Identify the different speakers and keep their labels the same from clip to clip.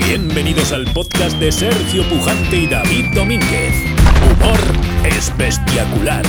Speaker 1: Bienvenidos al podcast de Sergio Pujante y David Domínguez. Humor espectacular.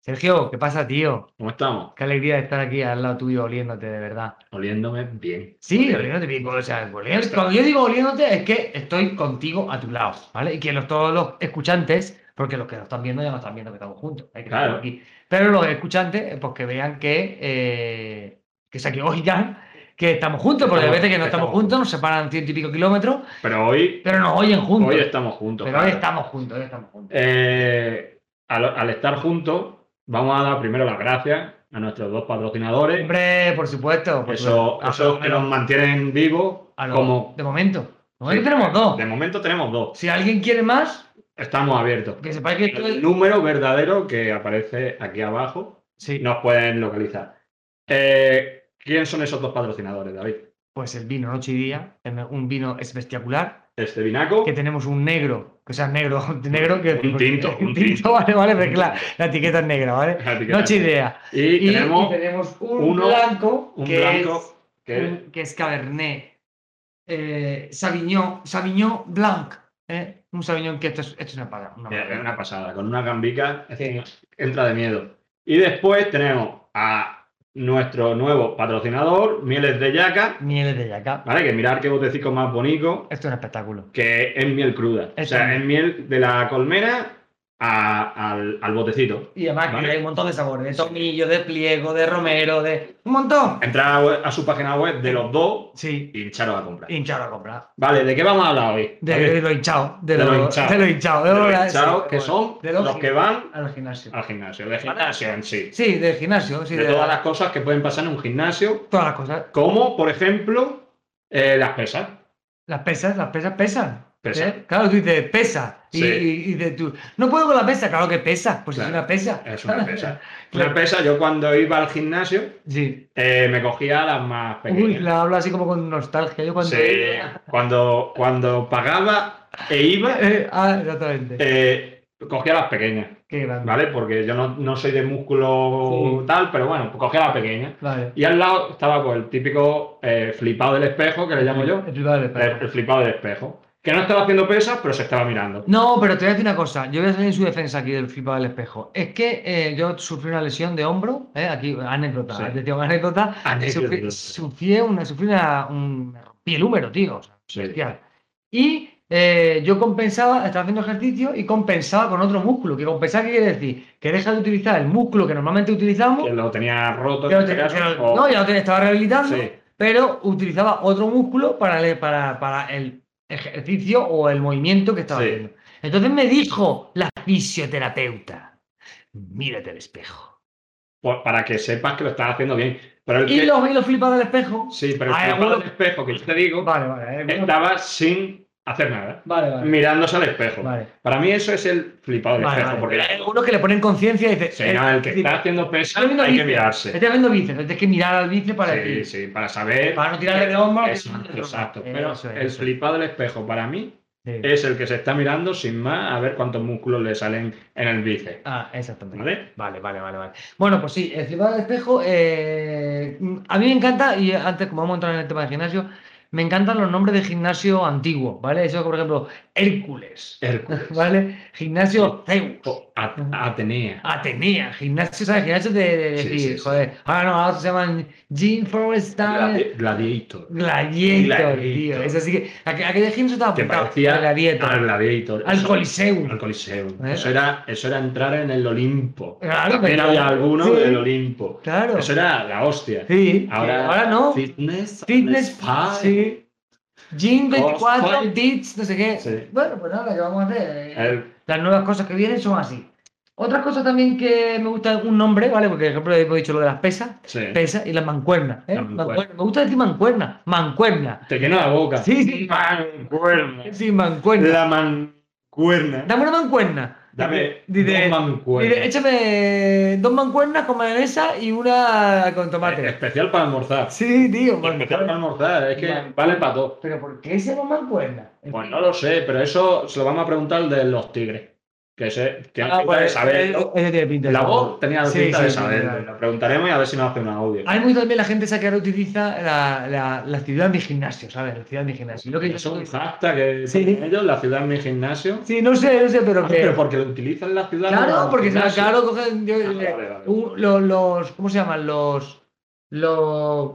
Speaker 2: Sergio, ¿qué pasa, tío?
Speaker 3: ¿Cómo estamos?
Speaker 2: Qué alegría de estar aquí al lado tuyo oliéndote, de verdad.
Speaker 3: Oliéndome bien.
Speaker 2: Sí, oliéndote bien. O sea, oliéndote- cuando yo digo oliéndote es que estoy contigo a tu lado, ¿vale? Y que los, todos los escuchantes, porque los que nos están viendo ya nos están viendo que estamos juntos, hay que estar
Speaker 3: Claro.
Speaker 2: aquí. Pero los escuchantes, eh, pues que vean que, eh, que se oigan que estamos juntos, porque a
Speaker 3: Estamos-
Speaker 2: veces que no estamos
Speaker 3: estamos
Speaker 2: juntos, nos separan ciento y pico kilómetros,
Speaker 3: Pero hoy,
Speaker 2: pero nos oyen juntos.
Speaker 3: hoy estamos juntos.
Speaker 2: pero hoy
Speaker 3: claro.
Speaker 2: estamos juntos, hoy estamos juntos.
Speaker 3: Eh, al, al estar juntos, vamos a dar primero las gracias a nuestros dos patrocinadores.
Speaker 2: Hombre, por supuesto. por
Speaker 3: Eso,
Speaker 2: supuesto. A
Speaker 3: esos
Speaker 2: los-
Speaker 3: que nos mantienen vivos.
Speaker 2: a los-
Speaker 3: como,
Speaker 2: De momento. De momento
Speaker 3: Sí.
Speaker 2: tenemos dos.
Speaker 3: de momento tenemos dos.
Speaker 2: Si alguien quiere más,
Speaker 3: Estamos abiertos.
Speaker 2: que sepáis que esto
Speaker 3: El
Speaker 2: es...
Speaker 3: número verdadero que aparece aquí abajo
Speaker 2: Sí,
Speaker 3: nos pueden localizar. Eh, ¿Quién son esos dos patrocinadores, David?
Speaker 2: pues el vino noche y día, el- un vino espectacular,
Speaker 3: Este Vinaco.
Speaker 2: que tenemos un negro, que sea negro, de negro que...
Speaker 3: Un tinto,
Speaker 2: Un
Speaker 3: un
Speaker 2: tinto,
Speaker 3: tinto.
Speaker 2: vale, vale, pero claro, la etiqueta es negra, ¿vale? Noche y día.
Speaker 3: Y
Speaker 2: Y y
Speaker 3: tenemos
Speaker 2: tenemos un
Speaker 3: uno,
Speaker 2: blanco,
Speaker 3: un
Speaker 2: que
Speaker 3: blanco
Speaker 2: es-
Speaker 3: que-
Speaker 2: un- que es Cabernet, eh, Sauvignon, Sauvignon Blanc, ¿eh? Un Sauvignon que esto es, esto es una palabra. una
Speaker 3: Es
Speaker 2: palabra.
Speaker 3: Eh, una pasada, con una gambica es que entra de miedo. Y después tenemos a nuestro nuevo patrocinador, Mieles de Yaca,
Speaker 2: Mieles de Yaca.
Speaker 3: ¿vale? Que mirar qué botecico más bonito,
Speaker 2: Esto es un espectáculo.
Speaker 3: que es miel cruda. O
Speaker 2: Eso.
Speaker 3: sea, es miel de la colmena a- al, al botecito.
Speaker 2: Y además que
Speaker 3: Vale.
Speaker 2: hay un montón de sabores, de tomillo, de pliego, de romero, de... ¡Un montón!
Speaker 3: Entra a, we- a su página web de los dos
Speaker 2: Sí,
Speaker 3: y echaros a comprar.
Speaker 2: hinchado a comprar.
Speaker 3: Vale, ¿de qué vamos a hablar hoy?
Speaker 2: De,
Speaker 3: A ver,
Speaker 2: de lo hinchado. De,
Speaker 3: De
Speaker 2: lo
Speaker 3: lo
Speaker 2: hinchado.
Speaker 3: hinchado.
Speaker 2: De lo hinchado.
Speaker 3: de los
Speaker 2: lo-
Speaker 3: hinchados,
Speaker 2: sí, pues,
Speaker 3: que son
Speaker 2: de
Speaker 3: los que van
Speaker 2: Al gimnasio.
Speaker 3: al gimnasio, de gimnasio en sí.
Speaker 2: Sí, del gimnasio. Sí,
Speaker 3: De todas las cosas que pueden pasar en un gimnasio
Speaker 2: todas las cosas.
Speaker 3: Como, por ejemplo, eh, las pesas.
Speaker 2: Las pesas, las pesas pesan.
Speaker 3: Pesan.
Speaker 2: ¿eh? Claro, tú dices, pesa. Y,
Speaker 3: Sí.
Speaker 2: y- y de tú, no puedo con la pesa, claro que pesa, pues es
Speaker 3: Claro,
Speaker 2: una pesa.
Speaker 3: Es una pesa. Una pesa, yo cuando iba al gimnasio
Speaker 2: Sí.
Speaker 3: eh, me cogía las más
Speaker 2: Uy,
Speaker 3: pequeñas.
Speaker 2: la hablo así como con nostalgia. Yo cuando.
Speaker 3: Sí, cuando, cuando pagaba e iba,
Speaker 2: Eh, ah, exactamente.
Speaker 3: eh, cogía las pequeñas,
Speaker 2: Qué grande.
Speaker 3: ¿vale? Porque yo no, no soy de músculo
Speaker 2: Sí.
Speaker 3: tal, pero bueno, pues cogía las pequeñas.
Speaker 2: Vale.
Speaker 3: Y al lado estaba con el típico eh, flipado del espejo, que le llamo yo,
Speaker 2: El rival del
Speaker 3: el,
Speaker 2: espejo.
Speaker 3: el flipado del espejo. Que no estaba haciendo pesas, pero se estaba mirando.
Speaker 2: No, pero te voy a decir una cosa. Yo voy a salir en su defensa aquí del flipado del espejo. Es que eh, yo sufrí una lesión de hombro. eh, aquí, anécdota.
Speaker 3: Sí.
Speaker 2: Te digo una anécdota.
Speaker 3: Anécdota.
Speaker 2: Sufrí, sufrí una, sufrí una, un, me rompí el húmero, tío. o sea,
Speaker 3: Sí.
Speaker 2: hostia. Y eh, yo compensaba, estaba haciendo ejercicio y compensaba con otro músculo. Que compensar, ¿qué quiere decir? Que deja de utilizar el músculo que normalmente utilizamos.
Speaker 3: Que lo tenía roto.
Speaker 2: que
Speaker 3: en
Speaker 2: lo
Speaker 3: este
Speaker 2: te-
Speaker 3: caso,
Speaker 2: que lo-
Speaker 3: o-
Speaker 2: no, ya lo tenía, estaba rehabilitando
Speaker 3: Sí.
Speaker 2: pero utilizaba otro músculo para, le- para, para el ejercicio o el movimiento que estaba
Speaker 3: Sí.
Speaker 2: haciendo. Entonces me dijo la fisioterapeuta, mírate al espejo.
Speaker 3: por- pues, para que sepas que lo estás haciendo bien. Pero el
Speaker 2: Y
Speaker 3: que-
Speaker 2: los vi los flipados del espejo.
Speaker 3: sí, pero el
Speaker 2: Hay
Speaker 3: flipado
Speaker 2: alguno-
Speaker 3: del espejo que yo te digo
Speaker 2: Vale, vale. eh, bueno,
Speaker 3: estaba sin hacer nada,
Speaker 2: Vale, vale.
Speaker 3: mirándose al espejo.
Speaker 2: Vale,
Speaker 3: Para mí eso es el flipado del
Speaker 2: vale,
Speaker 3: espejo,
Speaker 2: vale.
Speaker 3: porque
Speaker 2: Hay algunos que le ponen conciencia y "Eh, dicen,
Speaker 3: si no, el que está haciendo pesas
Speaker 2: Estoy viendo
Speaker 3: hay que
Speaker 2: bíceps,
Speaker 3: mirarse.
Speaker 2: Estás viendo bíceps, tienes que mirar al bíceps para
Speaker 3: Sí,
Speaker 2: decir,
Speaker 3: sí, para saber.
Speaker 2: para no tirarle de hombro.
Speaker 3: Eso, exacto. Pero
Speaker 2: Eso es,
Speaker 3: el
Speaker 2: eso es.
Speaker 3: flipado del espejo para mí
Speaker 2: Sí.
Speaker 3: es el que se está mirando sin más a ver cuántos músculos le salen en el bíceps.
Speaker 2: Ah, exactamente.
Speaker 3: ¿Vale?
Speaker 2: Vale, vale, vale, vale. Bueno, pues sí, el flipado del espejo, eh, a mí me encanta, y antes, como vamos a entrar en el tema de gimnasio, me encantan los nombres de gimnasio antiguo, ¿vale? Eso, por ejemplo, Hércules,
Speaker 3: Hércules.
Speaker 2: ¿vale? Gimnasio Zeus,
Speaker 3: O A- Atenea.
Speaker 2: Atenea, gimnasio, ¿sabes? Gimnasio de, de
Speaker 3: Sí,
Speaker 2: decir,
Speaker 3: sí, sí.
Speaker 2: joder, ahora no, ahora se llaman Gym Forest Time,
Speaker 3: Gladi- Gladiator.
Speaker 2: Gladiator,
Speaker 3: Gladiator.
Speaker 2: tío. Es así que, ¿a qué- a qué de gimnasio estaba
Speaker 3: Que
Speaker 2: apuntado?
Speaker 3: parecía
Speaker 2: Al Gladiator,
Speaker 3: Al Gladiator.
Speaker 2: al
Speaker 3: Eso-
Speaker 2: Coliseum.
Speaker 3: Al Coliseum.
Speaker 2: ¿Eh?
Speaker 3: Eso, era, eso era entrar en el Olimpo.
Speaker 2: Claro,
Speaker 3: También
Speaker 2: pero-
Speaker 3: había alguno
Speaker 2: sí.
Speaker 3: del Olimpo.
Speaker 2: Claro.
Speaker 3: Eso era la hostia.
Speaker 2: Sí,
Speaker 3: Ahora,
Speaker 2: ahora no.
Speaker 3: Fitness.
Speaker 2: Fitness,
Speaker 3: Spa.
Speaker 2: sí. Gym 24,
Speaker 3: Crossfit.
Speaker 2: Dits, no sé qué.
Speaker 3: Sí.
Speaker 2: Bueno, pues nada, ¿qué vamos a hacer? Eh,
Speaker 3: El-
Speaker 2: Las nuevas cosas que vienen son así. Otras cosas también que me gusta un nombre, ¿vale? Porque, por ejemplo, hemos dicho lo de las pesas,
Speaker 3: sí.
Speaker 2: pesas y las mancuernas. ¿eh?
Speaker 3: Las mancuernas.
Speaker 2: Mancuerna. Me gusta decir mancuerna, mancuerna.
Speaker 3: Te llena la boca.
Speaker 2: Sí, sí.
Speaker 3: Mancuerna.
Speaker 2: Sí, mancuerna.
Speaker 3: La mancuerna.
Speaker 2: Dame una mancuerna.
Speaker 3: Dame
Speaker 2: Dice-
Speaker 3: dos mancuernas.
Speaker 2: dice, échame dos mancuernas con mayonesa y una con
Speaker 3: Eh,
Speaker 2: tomate.
Speaker 3: Especial para almorzar.
Speaker 2: Sí, tío,
Speaker 3: Especial para
Speaker 2: mancuerna.
Speaker 3: almorzar. Es que
Speaker 2: Man-
Speaker 3: vale para todo.
Speaker 2: ¿Pero por qué se llama mancuerna?
Speaker 3: Pues no lo sé, pero eso se lo vamos a preguntar al de los tigres. que, se, tiene
Speaker 2: Ah,
Speaker 3: pinta de
Speaker 2: pues,
Speaker 3: saber. Oh,
Speaker 2: eh, ese tiene pinta de
Speaker 3: La
Speaker 2: saber.
Speaker 3: voz tenía
Speaker 2: Sí,
Speaker 3: pinta
Speaker 2: sí,
Speaker 3: de
Speaker 2: sí,
Speaker 3: saber.
Speaker 2: claro.
Speaker 3: Lo preguntaremos y a ver si nos hace un audio.
Speaker 2: Hay muy también la gente esa que ahora utiliza la, la, la ciudad de mi gimnasio, ¿sabes? La ciudad de mi gimnasio. Lo que yo
Speaker 3: es un
Speaker 2: soy-
Speaker 3: hashtag que
Speaker 2: Sí.
Speaker 3: tienen ellos, la ciudad en mi gimnasio.
Speaker 2: Sí, no sé, no sé, pero
Speaker 3: Ah,
Speaker 2: que.
Speaker 3: Pero porque lo utilizan la ciudad.
Speaker 2: Claro, porque se
Speaker 3: gimnasio.
Speaker 2: claro, cogen. yo- eh,
Speaker 3: Ah, vale, vale.
Speaker 2: un- lo- los. ¿Cómo se llaman? Los. Los.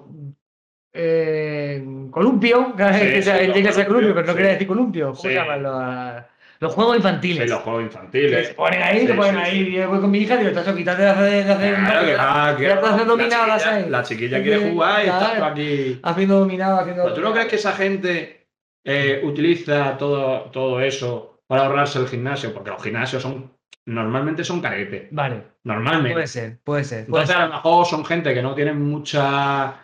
Speaker 2: Eh, columpio.
Speaker 3: Sí,
Speaker 2: que
Speaker 3: sí,
Speaker 2: se,
Speaker 3: los
Speaker 2: llega a ser
Speaker 3: columpio,
Speaker 2: columpio, pero no
Speaker 3: sí.
Speaker 2: quería decir columpio. ¿Cómo se
Speaker 3: Sí.
Speaker 2: llaman? Los, los juegos infantiles.
Speaker 3: Sí, los juegos
Speaker 2: que
Speaker 3: infantiles.
Speaker 2: se ponen ahí,
Speaker 3: Sí,
Speaker 2: se ponen
Speaker 3: sí,
Speaker 2: ahí.
Speaker 3: sí.
Speaker 2: y Yo voy con mi hija y digo, Tacho, quítate de hacer. de hacer-
Speaker 3: Claro que ah, que-
Speaker 2: ya estás haciendo dominadas
Speaker 3: chiquilla-
Speaker 2: ahí.
Speaker 3: La chiquilla quiere
Speaker 2: Sí,
Speaker 3: jugar y estás
Speaker 2: claro.
Speaker 3: tú aquí.
Speaker 2: Haciendo dominado, haciendo.
Speaker 3: Pero ¿Tú no crees que esa gente eh, utiliza todo, todo eso para ahorrarse el gimnasio? Porque los gimnasios son normalmente son caretes.
Speaker 2: Vale,
Speaker 3: Normalmente.
Speaker 2: puede ser, puede ser. puede
Speaker 3: Entonces, a lo mejor son gente que no tienen mucha,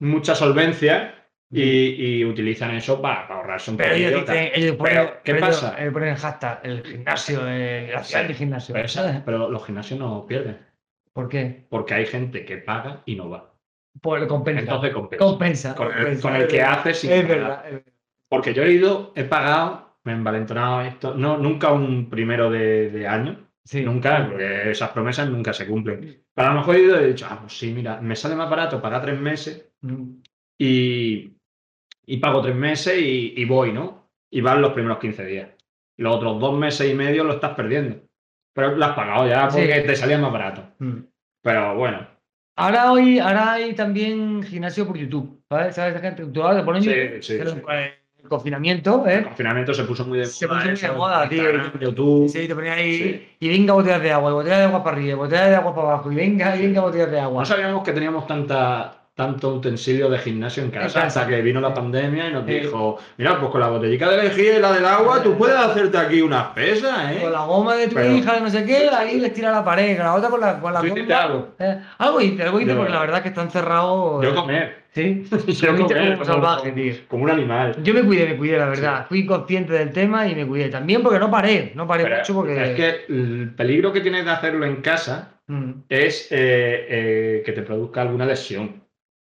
Speaker 3: mucha solvencia y, y utilizan eso para, ahorrarse un
Speaker 2: Pero ellos
Speaker 3: poquillo, tal.
Speaker 2: dicen, ellos ponen,
Speaker 3: Pero, ¿qué
Speaker 2: pero
Speaker 3: pasa?
Speaker 2: ellos ponen el hashtag, el gimnasio, eh, la ciudad del gimnasio.
Speaker 3: Pero esa- pero los gimnasios no pierden.
Speaker 2: ¿Por qué?
Speaker 3: Porque hay gente que paga y no va.
Speaker 2: Por compensa.
Speaker 3: Entonces compensa.
Speaker 2: compensa.
Speaker 3: con, el,
Speaker 2: compensa,
Speaker 3: con el
Speaker 2: es
Speaker 3: que
Speaker 2: verdad.
Speaker 3: hace sin
Speaker 2: Es
Speaker 3: pagar.
Speaker 2: verdad, es verdad.
Speaker 3: Porque yo he ido, he pagado, me he envalentonado esto. No, nunca un primero de, de año.
Speaker 2: Sí.
Speaker 3: Nunca, porque esas promesas nunca se cumplen. Pero a lo mejor he ido y he dicho, ah, pues sí, mira, me sale más barato pagar tres meses
Speaker 2: Mm,
Speaker 3: y, y pago tres meses y, y voy, ¿no? Y van los primeros 15 días. Los otros dos meses y medio lo estás perdiendo. Pero lo has pagado ya
Speaker 2: Sí.
Speaker 3: porque te salía más barato.
Speaker 2: mm.
Speaker 3: Pero bueno,
Speaker 2: Ahora hoy, ahora hay también gimnasio por YouTube, ¿vale? ¿Sabes? La gente, tú ahora te pones
Speaker 3: Sí,
Speaker 2: YouTube,
Speaker 3: sí,
Speaker 2: pero
Speaker 3: sí.
Speaker 2: con el confinamiento, ¿eh?
Speaker 3: el confinamiento se puso muy de
Speaker 2: Se
Speaker 3: moda.
Speaker 2: puso muy de
Speaker 3: eso,
Speaker 2: moda, tío.
Speaker 3: Instagram, YouTube.
Speaker 2: Sí, te ponía ahí
Speaker 3: Sí.
Speaker 2: y venga botellas de agua, y botellas de agua para arriba, y botellas de agua para abajo, y venga, y venga botellas de agua.
Speaker 3: No sabíamos que teníamos tanta, tanto utensilio de gimnasio en casa,
Speaker 2: En casa.
Speaker 3: hasta que vino la pandemia y nos
Speaker 2: Sí.
Speaker 3: dijo, mira, pues con la botellica de lejía y la del agua, tú puedes hacerte aquí unas pesas, ¿eh?
Speaker 2: Con la goma de tu
Speaker 3: Pero-
Speaker 2: hija, de no sé qué, ahí les tira a la pared, con la otra con la, con la
Speaker 3: Tú hiciste
Speaker 2: goma.
Speaker 3: algo.
Speaker 2: Eh, algo hice, algo hice,
Speaker 3: Yo-
Speaker 2: porque la verdad es que están cerrados.
Speaker 3: Yo comer.
Speaker 2: Sí,
Speaker 3: Yo
Speaker 2: comiste
Speaker 3: comer,
Speaker 2: como salvaje, tío.
Speaker 3: Como un animal.
Speaker 2: Yo me cuidé, me cuidé, la verdad. Fui consciente del tema y me cuidé. También porque no paré, no paré
Speaker 3: Pero
Speaker 2: mucho porque.
Speaker 3: Es que el peligro que tienes de hacerlo en casa
Speaker 2: Mm,
Speaker 3: es eh, eh, que te produzca alguna lesión.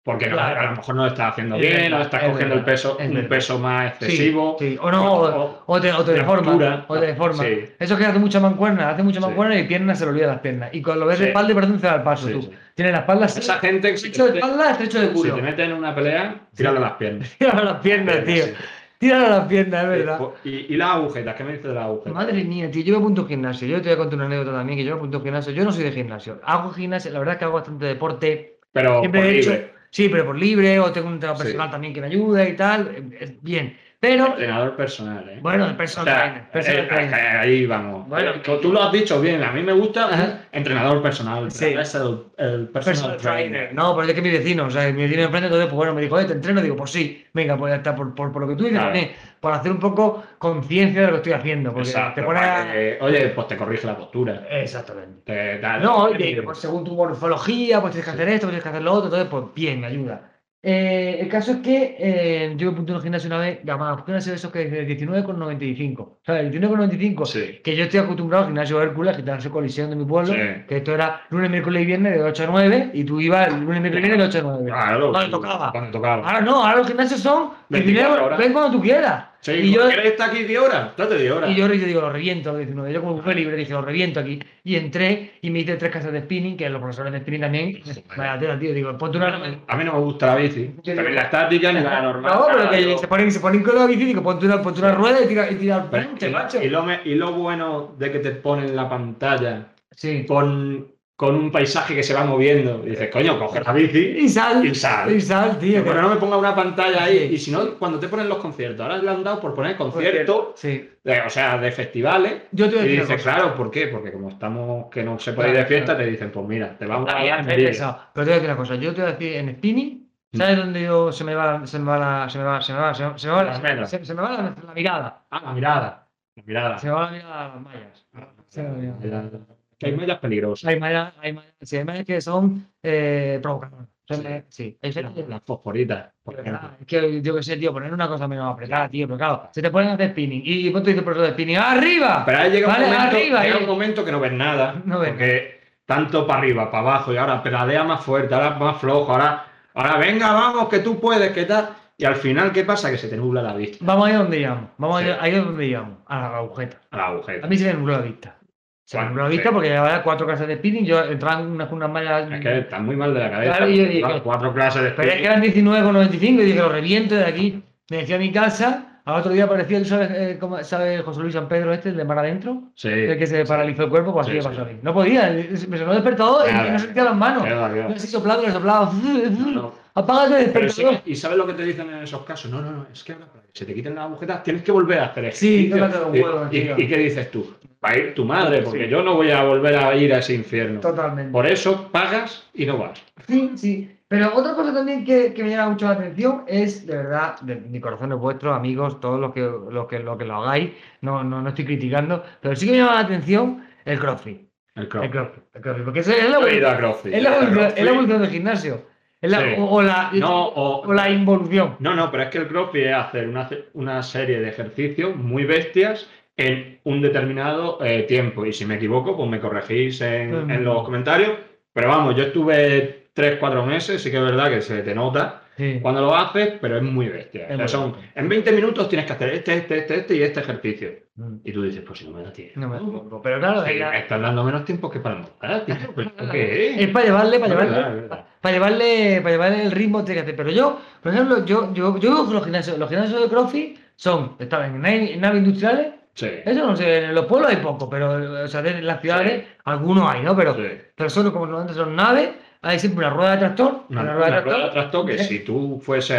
Speaker 3: Porque no-
Speaker 2: Claro.
Speaker 3: a lo mejor no lo estás haciendo
Speaker 2: Es
Speaker 3: bien,
Speaker 2: verdad,
Speaker 3: no estás
Speaker 2: es
Speaker 3: cogiendo el
Speaker 2: verdad,
Speaker 3: peso,
Speaker 2: es
Speaker 3: un
Speaker 2: verdad.
Speaker 3: peso más
Speaker 2: sí,
Speaker 3: excesivo.
Speaker 2: sí. O no, o, o te, o te
Speaker 3: la
Speaker 2: deforma.
Speaker 3: altura.
Speaker 2: o te deforma.
Speaker 3: Sí.
Speaker 2: Eso es que hace mucha mancuerna, hace mucha
Speaker 3: Sí.
Speaker 2: mancuerna y piernas se le olvida las piernas. Y cuando lo ves de
Speaker 3: Sí.
Speaker 2: espalda, perdón, se da el paso
Speaker 3: Sí,
Speaker 2: tú.
Speaker 3: sí.
Speaker 2: Tienes la espalda así,
Speaker 3: Esa gente que si
Speaker 2: estrecho de
Speaker 3: te-
Speaker 2: espalda, estrecho de
Speaker 3: Si
Speaker 2: culo.
Speaker 3: te meten en una pelea, tíralo a las piernas.
Speaker 2: Tíralo a las piernas, tío. Tíralo a las piernas,
Speaker 3: Eh,
Speaker 2: es verdad.
Speaker 3: Y, y las agujetas, ¿qué me dices de las agujetas?
Speaker 2: Madre mía, tío, yo me apunto a un gimnasio. Yo te voy a contar una anécdota también, que yo me apunto a un gimnasio. Yo no soy de gimnasio. Hago gimnasio, la verdad es que hago bastante deporte.
Speaker 3: Pero
Speaker 2: Siempre
Speaker 3: por
Speaker 2: he hecho,
Speaker 3: libre.
Speaker 2: sí, pero por libre, o tengo un entrenador
Speaker 3: Sí.
Speaker 2: personal también que me ayuda y tal. eh, eh, Bien, pero,
Speaker 3: entrenador personal, ¿eh?
Speaker 2: bueno, el
Speaker 3: O
Speaker 2: personal
Speaker 3: sea,
Speaker 2: trainer. personal
Speaker 3: eh,
Speaker 2: trainer.
Speaker 3: ahí vamos.
Speaker 2: Bueno.
Speaker 3: Eh, tú lo has dicho bien, a mí me gusta
Speaker 2: Ajá.
Speaker 3: entrenador personal.
Speaker 2: Sí.
Speaker 3: Es el, el personal,
Speaker 2: Personal
Speaker 3: trainer.
Speaker 2: trainer. No, pero es que mi vecino, o sea, mi vecino enfrente, entonces, pues bueno, me dijo, oye, te entreno. Digo, pues sí, venga, pues ya está, por, por, por lo que tú dices
Speaker 3: Claro.
Speaker 2: también, por hacer un poco conciencia de lo que estoy haciendo. Porque
Speaker 3: Exacto,
Speaker 2: te pone a-
Speaker 3: para que- oye, pues te corrige la postura.
Speaker 2: Exactamente.
Speaker 3: Te da-
Speaker 2: No,
Speaker 3: te-
Speaker 2: oye, pues según tu morfología, pues tienes que hacer esto, pues tienes que hacer lo otro, entonces, pues bien, me ayuda. Eh, el caso es que eh, yo me apunté a un gimnasio una vez, llamaba, ¿por qué no sé eso que dice 19,95? O sea, 19,95,
Speaker 3: Sí.
Speaker 2: que yo estoy acostumbrado al gimnasio Hércules, al gimnasio Colisión de mi pueblo,
Speaker 3: Sí.
Speaker 2: que esto era lunes, miércoles y viernes de 8 a 9, y tú ibas el lunes, miércoles y viernes de 8 a 9.
Speaker 3: Claro,
Speaker 2: Cuando
Speaker 3: sí,
Speaker 2: tocaba. Ah,
Speaker 3: Cuando tocaba.
Speaker 2: Ahora no, ahora los gimnasios son, el
Speaker 3: 24
Speaker 2: dinero,
Speaker 3: horas.
Speaker 2: ven cuando tú quieras.
Speaker 3: Sí,
Speaker 2: y yo,
Speaker 3: ¿Quieres estar aquí 10 horas? Date 10 horas.
Speaker 2: y yo, yo digo, lo reviento, lo 19. Yo como fue libre dije, lo reviento aquí. Y entré y me hice tres casas de spinning, que los profesores de spinning también. Vaya tela, tío, digo, ponte una.
Speaker 3: A mí no me gusta la bici.
Speaker 2: Yo
Speaker 3: Pero
Speaker 2: digo-
Speaker 3: ni la estática ni la normal.
Speaker 2: No, pero que
Speaker 3: Yo-
Speaker 2: se ponen, se ponen con la bici, digo, ponte una, ponte una rueda y tira, y tira al
Speaker 3: Pero
Speaker 2: puente,
Speaker 3: y, lo-
Speaker 2: macho.
Speaker 3: y lo me- y lo bueno de que te ponen la pantalla
Speaker 2: Sí.
Speaker 3: con, con un paisaje que se va moviendo, dices, coño, coge la bici.
Speaker 2: Y sal.
Speaker 3: Y sal.
Speaker 2: Y sal, tío.
Speaker 3: Pero no me ponga una pantalla ahí.
Speaker 2: Sí.
Speaker 3: Y si no, cuando te ponen los conciertos, ahora le han dado por poner
Speaker 2: que-
Speaker 3: conciertos,
Speaker 2: Sí.
Speaker 3: de- o sea, de festivales.
Speaker 2: Yo te voy a
Speaker 3: Y
Speaker 2: decir. una
Speaker 3: dices,
Speaker 2: cosa.
Speaker 3: claro, ¿por qué? Porque como estamos que no se puede ir de
Speaker 2: Claro,
Speaker 3: fiesta, te dicen, pues mira, te vamos a
Speaker 2: Ah,
Speaker 3: dar
Speaker 2: ya,
Speaker 3: en
Speaker 2: es
Speaker 3: vídeo.
Speaker 2: pesado. Pero te voy a decir una cosa, yo te voy a decir en spinning,
Speaker 3: Mm.
Speaker 2: ¿sabes dónde yo se me va, se me va la, se me va, se me va, se me, se me va,
Speaker 3: Las venas.
Speaker 2: la, se, se me va la, la mirada?
Speaker 3: Ah, la mirada. La mirada.
Speaker 2: Se me va la mirada a las mallas. Se me va la mirada.
Speaker 3: Que hay mallas peligrosas.
Speaker 2: Hay maneras, hay maneras, sí, hay maneras que son eh, provocadoras. O sea,
Speaker 3: Sí.
Speaker 2: me- Sí, hay gente que-
Speaker 3: Las fosforitas. por ejemplo.
Speaker 2: Es que yo qué sé, tío, poner una cosa menos apretada, tío, pero claro, se te ponen a hacer spinning. ¿Y cuánto dice el profesor de spinning? ¡Arriba!
Speaker 3: Pero ahí llega, un,
Speaker 2: Vale,
Speaker 3: momento,
Speaker 2: arriba,
Speaker 3: llega
Speaker 2: eh.
Speaker 3: un momento que no ves nada.
Speaker 2: No ves
Speaker 3: porque tanto para arriba, para abajo, y ahora pedalea más fuerte, ahora más flojo, ahora, ahora venga, vamos, que tú puedes, que tal. Y al final, ¿qué pasa? Que se te nubla la vista,
Speaker 2: Vamos ahí donde llegamos. Vamos
Speaker 3: Sí.
Speaker 2: ahí- ahí es donde llegamos. A la agujeta.
Speaker 3: a la
Speaker 2: A
Speaker 3: agujeta.
Speaker 2: mí se me nubló la vista. Se me
Speaker 3: Bueno,
Speaker 2: nubló la
Speaker 3: sí.
Speaker 2: vista porque llevaba cuatro clases de spinning. Yo entraba en unas unas mallas.
Speaker 3: Es que estás muy mal de la cabeza.
Speaker 2: Claro, y yo digo-
Speaker 3: Las cuatro clases de
Speaker 2: Pero es que eran 19,95 y dije, lo reviento de aquí. Me decía a mi casa. Al otro día aparecía, el ¿sabes, eh, cómo- ¿sabes José Luis San Pedro este, el de mar adentro?
Speaker 3: Sí.
Speaker 2: El que se paralizó el cuerpo, pues así
Speaker 3: Sí,
Speaker 2: le
Speaker 3: sí.
Speaker 2: pasó a mí. No podía, eh, me sonó el despertador
Speaker 3: Nada.
Speaker 2: y no sentía las manos.
Speaker 3: Qué barbaridad.
Speaker 2: No sé si soplaba, no soplaba.
Speaker 3: No.
Speaker 2: Apágate el
Speaker 3: Pero sí que-
Speaker 2: despertador.
Speaker 3: ¿Y sabes lo que te dicen en esos casos? No, no, no, es que ahora para que se te quiten las agujetas tienes que volver a hacer
Speaker 2: Sí,
Speaker 3: ejercicio.
Speaker 2: tócate los huevos,
Speaker 3: ¿Y, y-
Speaker 2: tío.
Speaker 3: y qué dices tú? Va a ir tu madre, porque
Speaker 2: Sí.
Speaker 3: yo no voy a volver a ir a ese infierno.
Speaker 2: Totalmente.
Speaker 3: Por eso pagas y no vas.
Speaker 2: Sí, sí. Pero otra cosa también que, que me llama mucho la atención es, de verdad, de- mi corazón es vuestro, amigos, todos los que, los que, los que lo hagáis, no, no, no estoy criticando, pero sí que me llama la atención el crossfit.
Speaker 3: El
Speaker 2: El
Speaker 3: crossfit.
Speaker 2: crossfit, el crossfit, porque es, es la,
Speaker 3: Yo he ido
Speaker 2: evolución,
Speaker 3: a crossfit.
Speaker 2: es la
Speaker 3: Yo he ido a
Speaker 2: evolución- es la
Speaker 3: crossfit.
Speaker 2: evolución del gimnasio. Es la-
Speaker 3: Sí.
Speaker 2: o, o la,
Speaker 3: No,
Speaker 2: o
Speaker 3: o-
Speaker 2: la involución.
Speaker 3: no, no, pero es que el crossfit es hacer una, una serie de ejercicios muy bestias en un determinado eh, tiempo. Y si me equivoco, pues me corregís en,
Speaker 2: Mm.
Speaker 3: en los comentarios. Pero vamos, yo estuve 3-4 meses, sí que es verdad que se te nota.
Speaker 2: Sí.
Speaker 3: cuando lo haces, pero es muy bestia.
Speaker 2: Es
Speaker 3: O sea,
Speaker 2: muy
Speaker 3: son-
Speaker 2: bestia.
Speaker 3: en 20 minutos tienes que hacer este, este, este, este y este ejercicio.
Speaker 2: Mm.
Speaker 3: Y tú dices, pues si no me da tiempo.
Speaker 2: No me acuerdo, pero claro,
Speaker 3: Sí, eh.
Speaker 2: es, la-
Speaker 3: me estás dando menos tiempo que para montar, tío. ¿Pero esto qué
Speaker 2: es
Speaker 3: es?
Speaker 2: para llevarle, para
Speaker 3: Es
Speaker 2: llevarle.
Speaker 3: verdad, es verdad.
Speaker 2: para llevarle, para llevarle el ritmo tiene que hacer. Pero yo, por ejemplo, yo, yo, yo creo que los gimnasios, los gimnasios de CrossFit son, están en nav- en naves industriales,
Speaker 3: Sí.
Speaker 2: eso no sé, en los pueblos hay poco, pero o sea, en las ciudades algunos hay, ¿no? Pero,
Speaker 3: Sí.
Speaker 2: pero solo como normalmente son naves, hay siempre una rueda de tractor,
Speaker 3: Una,
Speaker 2: una,
Speaker 3: una
Speaker 2: rueda de
Speaker 3: rueda de
Speaker 2: tractor.
Speaker 3: tractor que si tú fueses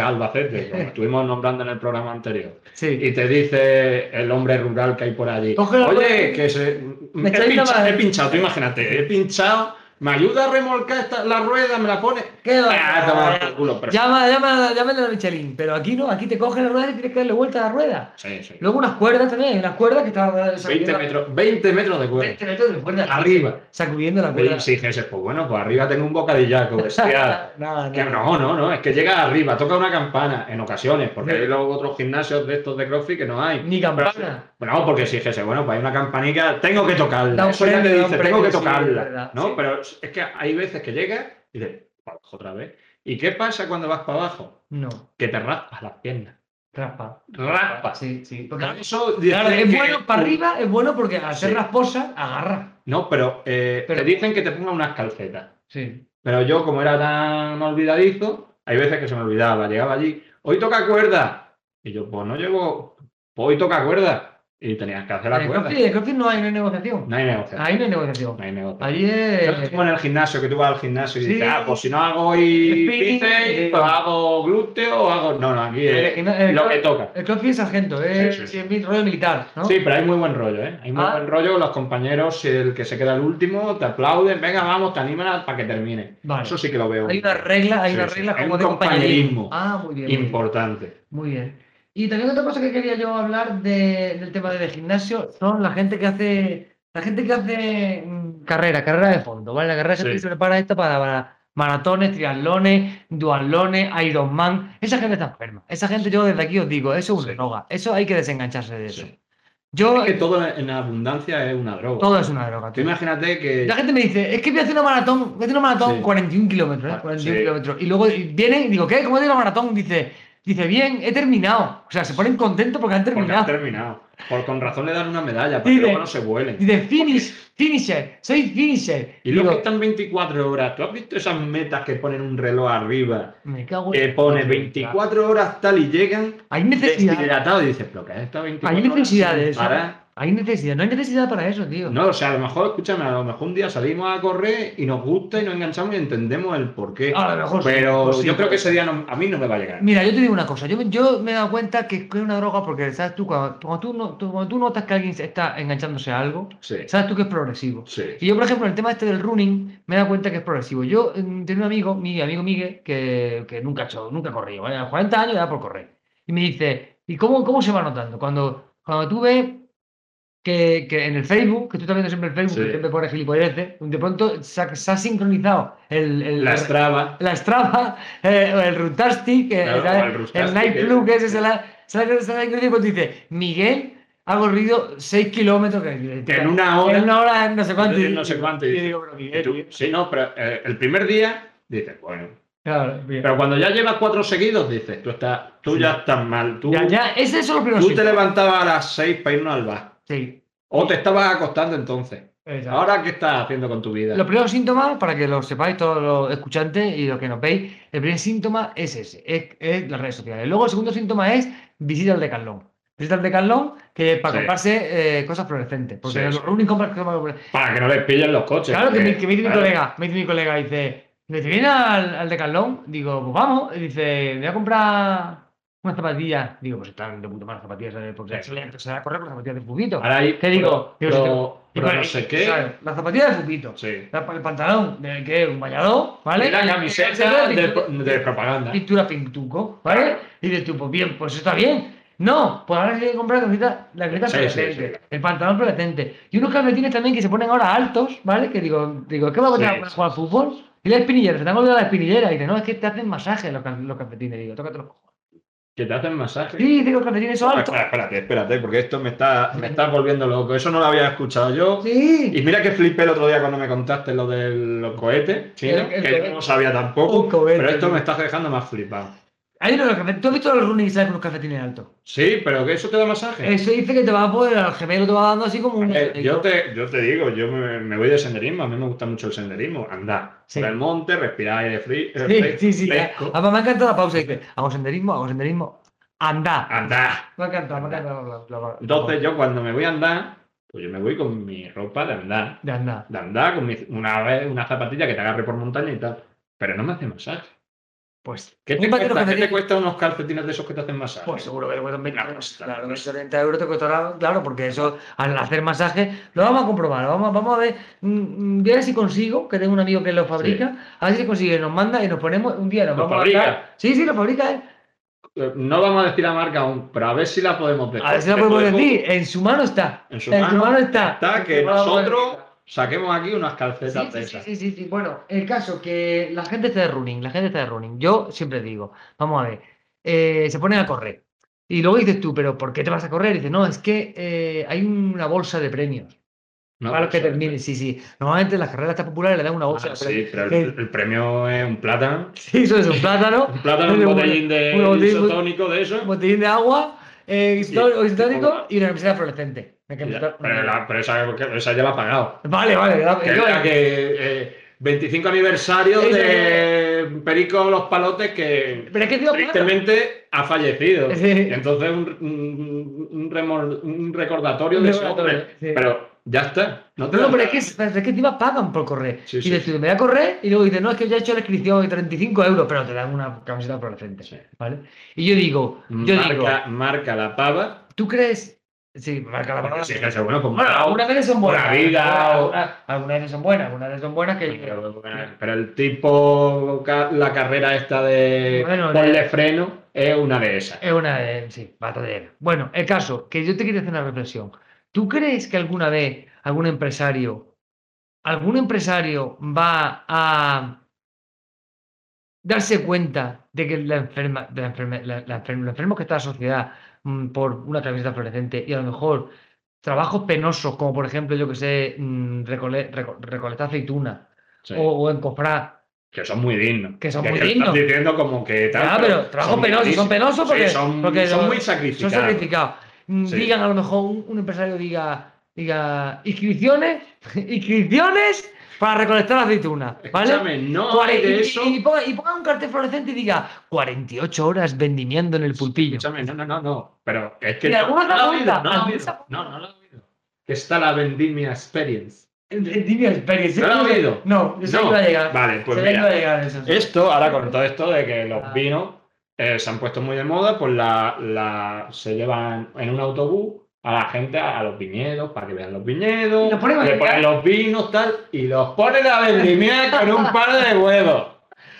Speaker 3: Albacete, como estuvimos nombrando en el programa anterior,
Speaker 2: Sí.
Speaker 3: y te dice el hombre rural que hay por allí,
Speaker 2: Coge la
Speaker 3: oye,
Speaker 2: rueda-
Speaker 3: que se...
Speaker 2: Me
Speaker 3: he,
Speaker 2: echáis la
Speaker 3: pinchado,
Speaker 2: mano".
Speaker 3: he pinchado, tú imagínate, he pinchado, me ayuda a remolcar esta- la rueda, me la pone...
Speaker 2: ¿Qué va?
Speaker 3: Ah, toma por culo, pero-
Speaker 2: Llama, llama, llámale a Michelin, pero aquí no, aquí te cogen la rueda y tienes que darle vuelta a la rueda.
Speaker 3: Sí, sí.
Speaker 2: Luego unas cuerdas también, hay unas cuerdas que están...
Speaker 3: 20 metros, 20 metros de cuerda.
Speaker 2: 20 metros de cuerda.
Speaker 3: Arriba.
Speaker 2: Sacudiendo la cuerda.
Speaker 3: Y si dices, pues bueno, pues arriba tengo un bocadillaco. Hostia.
Speaker 2: Nada,
Speaker 3: Que
Speaker 2: nada.
Speaker 3: no, no, no, es que llega arriba, toca una campana en ocasiones, porque
Speaker 2: Sí.
Speaker 3: hay los otros gimnasios de estos de CrossFit que no hay.
Speaker 2: Ni campana.
Speaker 3: Pero, bueno, porque si dijese, bueno, pues hay una campanica, tengo que
Speaker 2: Da
Speaker 3: tocarla.
Speaker 2: un
Speaker 3: Eso ya
Speaker 2: premio,
Speaker 3: te
Speaker 2: da un
Speaker 3: dice, tengo
Speaker 2: premio,
Speaker 3: que
Speaker 2: sí,
Speaker 3: tocarla.
Speaker 2: es verdad,
Speaker 3: ¿no?
Speaker 2: sí.
Speaker 3: Pero es que hay veces que llegas y dices, "Para abajo otra vez. ¿Y qué pasa cuando vas para abajo?
Speaker 2: No,
Speaker 3: Que te raspas las piernas.
Speaker 2: raspa.
Speaker 3: Raspas.
Speaker 2: Sí, sí. Porque,
Speaker 3: Claro, eso
Speaker 2: claro,
Speaker 3: dice
Speaker 2: es
Speaker 3: que-
Speaker 2: bueno para arriba, es bueno porque al ser
Speaker 3: Sí.
Speaker 2: rasposa, agarra.
Speaker 3: No, pero, eh,
Speaker 2: Pero-
Speaker 3: te dicen que te ponga unas calcetas.
Speaker 2: Sí.
Speaker 3: Pero yo, como era tan olvidadizo, hay veces que se me olvidaba, llegaba allí, hoy toca cuerda. Y yo, pues no llevo, pues hoy toca cuerda. Y tenías que hacer
Speaker 2: En
Speaker 3: la
Speaker 2: el
Speaker 3: cuerda.
Speaker 2: crossfit, en el crossfit no hay, no hay negociación.
Speaker 3: No hay negocio.
Speaker 2: Ahí no hay negociación.
Speaker 3: No hay negocio.
Speaker 2: Ahí
Speaker 3: Yo no es
Speaker 2: es.
Speaker 3: como en el gimnasio, que tú vas al gimnasio y
Speaker 2: Eh, Sí.
Speaker 3: dices, ah, pues si no hago hoy
Speaker 2: Spinning, eh.
Speaker 3: bíceps,
Speaker 2: sí.
Speaker 3: pues hago glúteo o hago. No, no, aquí
Speaker 2: El
Speaker 3: es
Speaker 2: gimna- el
Speaker 3: lo
Speaker 2: cross-
Speaker 3: que toca.
Speaker 2: El crossfit es sargento, es
Speaker 3: Sí, sí, sí.
Speaker 2: es mi rollo militar, ¿no?
Speaker 3: Sí, pero hay muy buen rollo, ¿eh? Hay muy
Speaker 2: Ah.
Speaker 3: buen rollo, los compañeros, el que se queda el último, te aplauden, venga, vamos, te animan para que termine.
Speaker 2: Vale.
Speaker 3: Eso sí que lo veo.
Speaker 2: Hay unas reglas, hay
Speaker 3: Sí,
Speaker 2: unas
Speaker 3: sí.
Speaker 2: reglas
Speaker 3: Hay
Speaker 2: como
Speaker 3: un
Speaker 2: de compañerismo.
Speaker 3: compañerismo
Speaker 2: Ah, muy bien. muy bien.
Speaker 3: Importante.
Speaker 2: Muy bien. Y también otra cosa que quería yo hablar de- del tema de gimnasio son la gente que hace la gente que hace mm, carrera, carrera de fondo, ¿vale? La carrera de
Speaker 3: Sí.
Speaker 2: gente se prepara esto para, para maratones, triatlones, duatlones, Ironman. Esa gente está enferma. Esa gente yo desde aquí os digo, eso es una
Speaker 3: Sí.
Speaker 2: droga. Eso hay que desengancharse de eso.
Speaker 3: Sí.
Speaker 2: Yo
Speaker 3: Es que todo en abundancia es una droga.
Speaker 2: todo es una droga.
Speaker 3: Tú
Speaker 2: tío.
Speaker 3: imagínate que.
Speaker 2: La gente me dice, es que voy a hacer una maratón, voy a hacer una maratón
Speaker 3: Sí.
Speaker 2: 41 kilómetros, ¿eh?
Speaker 3: Ah,
Speaker 2: 41
Speaker 3: sí.
Speaker 2: kilómetros. Y luego y vienen y digo, ¿qué? ¿Cómo has hecho la maratón? Dice, dice, bien, he terminado. O sea, se ponen contentos porque han
Speaker 3: Porque han
Speaker 2: terminado.
Speaker 3: terminado. Por con razón le dan una medalla, para
Speaker 2: Sí,
Speaker 3: que luego
Speaker 2: de-
Speaker 3: no se vuelen.
Speaker 2: Dice, finish, finisher, soy finisher.
Speaker 3: Y
Speaker 2: Digo,
Speaker 3: luego que están 24 horas. ¿Tú has visto esas metas que ponen un reloj arriba?
Speaker 2: me cago en-
Speaker 3: Que pone 24 horas tal y llegan
Speaker 2: Hay necesidad,
Speaker 3: deshidratados y dices, pero que has estado 24
Speaker 2: hay ¿eh? necesidad de
Speaker 3: horas
Speaker 2: eso.
Speaker 3: sin parar?".
Speaker 2: Hay necesidad, no hay necesidad para eso, tío.
Speaker 3: No, o sea, a lo mejor, escúchame, a lo mejor un día salimos a correr y nos gusta y nos enganchamos y entendemos el porqué.
Speaker 2: A lo mejor Ah, sí,
Speaker 3: pero
Speaker 2: pues sí.
Speaker 3: yo creo que ese día no- a mí no me va a llegar.
Speaker 2: Mira, yo te digo una cosa, yo, me- yo me he dado cuenta que es una droga porque, ¿sabes tú? Cuando, cuando tú, no, tú- cuando tú notas que alguien se está enganchándose a algo,
Speaker 3: Sí,
Speaker 2: ¿sabes tú que es progresivo?
Speaker 3: sí.
Speaker 2: Y yo, por ejemplo, en el tema este del running, me he dado cuenta que es progresivo. Yo mm, tenía un amigo, mi amigo Miguel, que, que nunca ha hecho, nunca ha corrido, ¿vale? A los 40 años da por correr. Y me dice, ¿y cómo, cómo se va notando? Cuando, cuando tú ves que, que en el Facebook, que tú estás viendo siempre el Facebook,
Speaker 3: Sí.
Speaker 2: que siempre pones gilipolleces, de pronto se ha, se ha sincronizado el, el-
Speaker 3: La estraba.
Speaker 2: la Strava, eh, el Runtastic, eh,
Speaker 3: Claro,
Speaker 2: ¿sabes?
Speaker 3: el
Speaker 2: el,
Speaker 3: Runtastic,
Speaker 2: Night
Speaker 3: eh.
Speaker 2: Blue, que ese se la... se la- se la- cuando dice, Miguel ha corrido 6 kilómetros que-
Speaker 3: Que en una hora-
Speaker 2: en una hora no sé cuánto.
Speaker 3: En no sé cuánto, y
Speaker 2: Y
Speaker 3: dice,
Speaker 2: digo, pero
Speaker 3: Y
Speaker 2: Miguel,
Speaker 3: tú- sí, no, pero eh, el primer día dices, bueno,
Speaker 2: Claro, bien.
Speaker 3: Pero cuando ya llevas cuatro seguidos, dices, tú, estás, tú ya estás mal. Tú,
Speaker 2: ya, ya, ese es lo primero.
Speaker 3: tú te levantabas a las seis para irnos al bar.
Speaker 2: Sí,
Speaker 3: O te estabas acostando entonces.
Speaker 2: exacto.
Speaker 3: Ahora, ¿qué estás haciendo con tu vida?
Speaker 2: Los primeros síntomas, para que lo sepáis todos los escuchantes y los que nos veis, el primer síntoma es ese, es, es las redes sociales. Luego el segundo síntoma es visitas al Decathlon. Visitas al Decathlon que para
Speaker 3: Sí.
Speaker 2: comprarse eh, cosas fluorescentes. Porque
Speaker 3: Sí,
Speaker 2: lo
Speaker 3: sí.
Speaker 2: único que compramos-
Speaker 3: Para que no les pillen los coches.
Speaker 2: Claro, que me, que me dice mi
Speaker 3: claro.
Speaker 2: colega, me dice mi colega, dice, ¿te viene al, al Decathlon? Digo, pues vamos. Y dice, me voy a comprar unas zapatillas. Digo, pues están de puta madre las zapatillas, ¿sabes? porque
Speaker 3: Sí.
Speaker 2: se le- se va a correr con las zapatillas de fubito.
Speaker 3: Ahora hay
Speaker 2: ¿Qué digo?
Speaker 3: pro-
Speaker 2: Digo,
Speaker 3: pro-
Speaker 2: Y
Speaker 3: pro
Speaker 2: con-
Speaker 3: no
Speaker 2: y-
Speaker 3: sé qué.
Speaker 2: ¿sabes? Las zapatillas de fubito.
Speaker 3: Sí.
Speaker 2: La- el pantalón, de, que es un bañador, ¿vale?
Speaker 3: Y la
Speaker 2: Y-
Speaker 3: camiseta
Speaker 2: y-
Speaker 3: de, de propaganda.
Speaker 2: pintura pintuco, ¿vale? Y dices tú, pues bien, pues está bien. No, pues ahora hay que comprar la camiseta, la camiseta
Speaker 3: Sí,
Speaker 2: fluorescente,
Speaker 3: sí, sí.
Speaker 2: el pantalón fluorescente. Y unos calcetines también que se ponen ahora altos, ¿vale? Que digo, digo ¿qué va a contar
Speaker 3: Sí,
Speaker 2: para
Speaker 3: sí.
Speaker 2: jugar al fútbol? Y la espinillera, se te han olvidado la espinillera. Y dice, no, es que te hacen masaje los, cal- los calcetines. Digo, tócate los cojones.
Speaker 3: Que te hacen masaje.
Speaker 2: Sí, digo, calcetines son altos.
Speaker 3: Espera, espérate, espérate, porque esto me está, me está volviendo loco. Eso no lo había escuchado yo.
Speaker 2: Sí.
Speaker 3: Y mira que flipé el otro día cuando me contaste lo de los cohetes, chinos,
Speaker 2: El- el
Speaker 3: que
Speaker 2: cohete.
Speaker 3: yo no sabía tampoco.
Speaker 2: Un cohete,
Speaker 3: pero esto
Speaker 2: tío.
Speaker 3: me está dejando más flipado.
Speaker 2: Hay unos calcetines. ¿Tú has visto los running sales con los calcetines altos?
Speaker 3: Sí, pero que eso te da masaje.
Speaker 2: Eso dice que te va a poder, al gemelo te va dando así como un.
Speaker 3: Eh, yo, te, yo te digo, yo me, me voy de senderismo, a mí me gusta mucho el senderismo, andar
Speaker 2: Sí.
Speaker 3: por el monte, respirar aire frío,
Speaker 2: Sí, sí, sí.
Speaker 3: fresco,
Speaker 2: Además, me ha encantado la pausa. Dice, hago senderismo, hago senderismo. Anda.
Speaker 3: andar.
Speaker 2: Me ha encantado, me ha encantado. la- la- la-
Speaker 3: Entonces yo cuando me voy a andar, pues yo me voy con mi ropa de andar,
Speaker 2: De anda.
Speaker 3: de andar, con mi- una, vez- una zapatilla que te agarre por montaña y tal, pero no me hace masaje.
Speaker 2: Pues.
Speaker 3: ¿Qué
Speaker 2: un
Speaker 3: te,
Speaker 2: paquete de
Speaker 3: cuesta, ¿Qué te
Speaker 2: calcetines-
Speaker 3: cuesta unos calcetines de esos que te hacen masaje?
Speaker 2: Pues seguro que te cuestan 20
Speaker 3: Una
Speaker 2: euros.
Speaker 3: cosa.
Speaker 2: Claro, 20, 30 euros te costará, claro, porque eso, al hacer masaje, lo vamos a comprobar, lo vamos, vamos a ver. mm, mm, Voy a ver si consigo, que tengo un amigo que lo fabrica, a ver si consigue, nos manda y nos ponemos un día, nos
Speaker 3: ¿Lo
Speaker 2: vamos
Speaker 3: fabrica?
Speaker 2: a. gastar- Sí, sí, lo fabrica él.
Speaker 3: Eh, No vamos a decir la marca aún, pero a ver si la podemos decir.
Speaker 2: A ver si lo
Speaker 3: Te
Speaker 2: podemos
Speaker 3: podemos-
Speaker 2: decir, en su mano está.
Speaker 3: En su mano
Speaker 2: está.
Speaker 3: Está
Speaker 2: En
Speaker 3: que
Speaker 2: su mano está.
Speaker 3: nosotros saquemos aquí unas calcetas
Speaker 2: Sí,
Speaker 3: de
Speaker 2: sí, sí,
Speaker 3: esas.
Speaker 2: sí, sí, sí. Bueno, el caso que la gente está de running, la gente está de running. Yo siempre digo, vamos a ver, eh, se ponen a correr. Y luego dices tú, pero ¿por qué te vas a correr? Y dices, no, es que eh, hay una bolsa de premios.
Speaker 3: No,
Speaker 2: para los que
Speaker 3: pues,
Speaker 2: terminen, sí, sí. Normalmente en las carreras tan populares le dan una
Speaker 3: Ah,
Speaker 2: bolsa de premios.
Speaker 3: sí, pero el,
Speaker 2: Eh,
Speaker 3: el premio es un plátano.
Speaker 2: Sí, eso es un plátano,
Speaker 3: Un plátano, un
Speaker 2: Bueno,
Speaker 3: botellín de
Speaker 2: bueno, botellín-
Speaker 3: isotónico de
Speaker 2: un
Speaker 3: eso.
Speaker 2: botellín de agua, eh, histórico,
Speaker 3: y
Speaker 2: histórico
Speaker 3: pongo-
Speaker 2: y una camiseta fluorescente. Me
Speaker 3: Ya,
Speaker 2: quedo-
Speaker 3: pero, la- pero esa, que- esa ya la ha pagado.
Speaker 2: Vale, vale. da-
Speaker 3: Que es la que, eh, 25 aniversario
Speaker 2: Esa
Speaker 3: de Perico Los Palotes que
Speaker 2: Pero es que digo, claro,
Speaker 3: tristemente ha fallecido.
Speaker 2: Sí.
Speaker 3: Y entonces un, un- un remor- un recordatorio
Speaker 2: Un
Speaker 3: de ese
Speaker 2: recordatorio,
Speaker 3: hombre.
Speaker 2: sí.
Speaker 3: Pero ya está. No, te
Speaker 2: No,
Speaker 3: da
Speaker 2: no, pero es
Speaker 3: nada.
Speaker 2: que, pero es que encima pagan por correr.
Speaker 3: Sí,
Speaker 2: y
Speaker 3: sí,
Speaker 2: dices,
Speaker 3: sí.
Speaker 2: tú, me voy a correr y luego dices, no, es que ya he hecho la inscripción de 35 euros, pero te dan una camiseta fluorescente.
Speaker 3: Sí.
Speaker 2: ¿Vale? Y yo digo, yo digo,
Speaker 3: marca, marca la pava.
Speaker 2: ¿tú crees? Sí, marca la palabra.
Speaker 3: Sí, que eso, bueno, pues,
Speaker 2: Bueno, algunas veces son buenas.
Speaker 3: Una vida
Speaker 2: algunas,
Speaker 3: o-
Speaker 2: algunas- algunas veces son buenas, algunas veces son buenas que
Speaker 3: Pero, pero el tipo, ca- la carrera esta de
Speaker 2: Bueno,
Speaker 3: ponle
Speaker 2: de- Eh,
Speaker 3: freno es una de esas.
Speaker 2: es una de. Sí, batadera. Bueno, el caso, que yo te quiero hacer una reflexión. ¿Tú crees que alguna vez algún empresario, algún empresario va a darse cuenta de que la enferma, de la enferme- la- la enfer- lo enfermo que está la sociedad mm, por una camiseta fluorescente y a lo mejor trabajos penosos, como por ejemplo, yo que sé, mm, recole- reco- recolectar aceitunas
Speaker 3: Sí.
Speaker 2: o, o encofrar?
Speaker 3: Que son muy dignos.
Speaker 2: Que son muy
Speaker 3: lo
Speaker 2: dignos.
Speaker 3: Estás diciendo como que tal.
Speaker 2: Ya, pero trabajo penoso,
Speaker 3: dignísimos.
Speaker 2: son penosos porque-
Speaker 3: Sí, son,
Speaker 2: porque
Speaker 3: son
Speaker 2: lo-
Speaker 3: muy
Speaker 2: Son
Speaker 3: sacrificados.
Speaker 2: sacrificados. Mm,
Speaker 3: Sí.
Speaker 2: Digan, a lo mejor un, un empresario diga, diga inscripciones, inscripciones para recolectar aceitunas, ¿vale?
Speaker 3: Escúchame, no
Speaker 2: Cuare-
Speaker 3: hay de
Speaker 2: y-
Speaker 3: eso.
Speaker 2: Y, y ponga, y ponga un cartel fluorescente y diga 48 horas vendimiando en el pulpillo.
Speaker 3: Escúchame, no, no, no, no. Pero es que.
Speaker 2: Y algunos
Speaker 3: no, no,
Speaker 2: la
Speaker 3: lo he oído,
Speaker 2: apuntan,
Speaker 3: no, lo he
Speaker 2: algunos
Speaker 3: oído.
Speaker 2: apuntan.
Speaker 3: no, no lo he oído. Que está la Vendimia Experience.
Speaker 2: El- el- dime, espera, que sé
Speaker 3: ¿No lo has
Speaker 2: que-
Speaker 3: oído?
Speaker 2: No, yo sé
Speaker 3: No.
Speaker 2: que iba a llegar.
Speaker 3: Vale, pues
Speaker 2: Sabía que
Speaker 3: mira.
Speaker 2: iba a llegar eso.
Speaker 3: Esto, ahora con todo esto de que
Speaker 2: Ah.
Speaker 3: los vinos eh, se han puesto muy de moda, pues la, la- se llevan en un autobús a la gente a, a los viñedos para que vean los viñedos,
Speaker 2: Y los ponen a
Speaker 3: le
Speaker 2: vendimiar.
Speaker 3: ponen los vinos, tal, y los ponen a vendimiar con un par de huevos.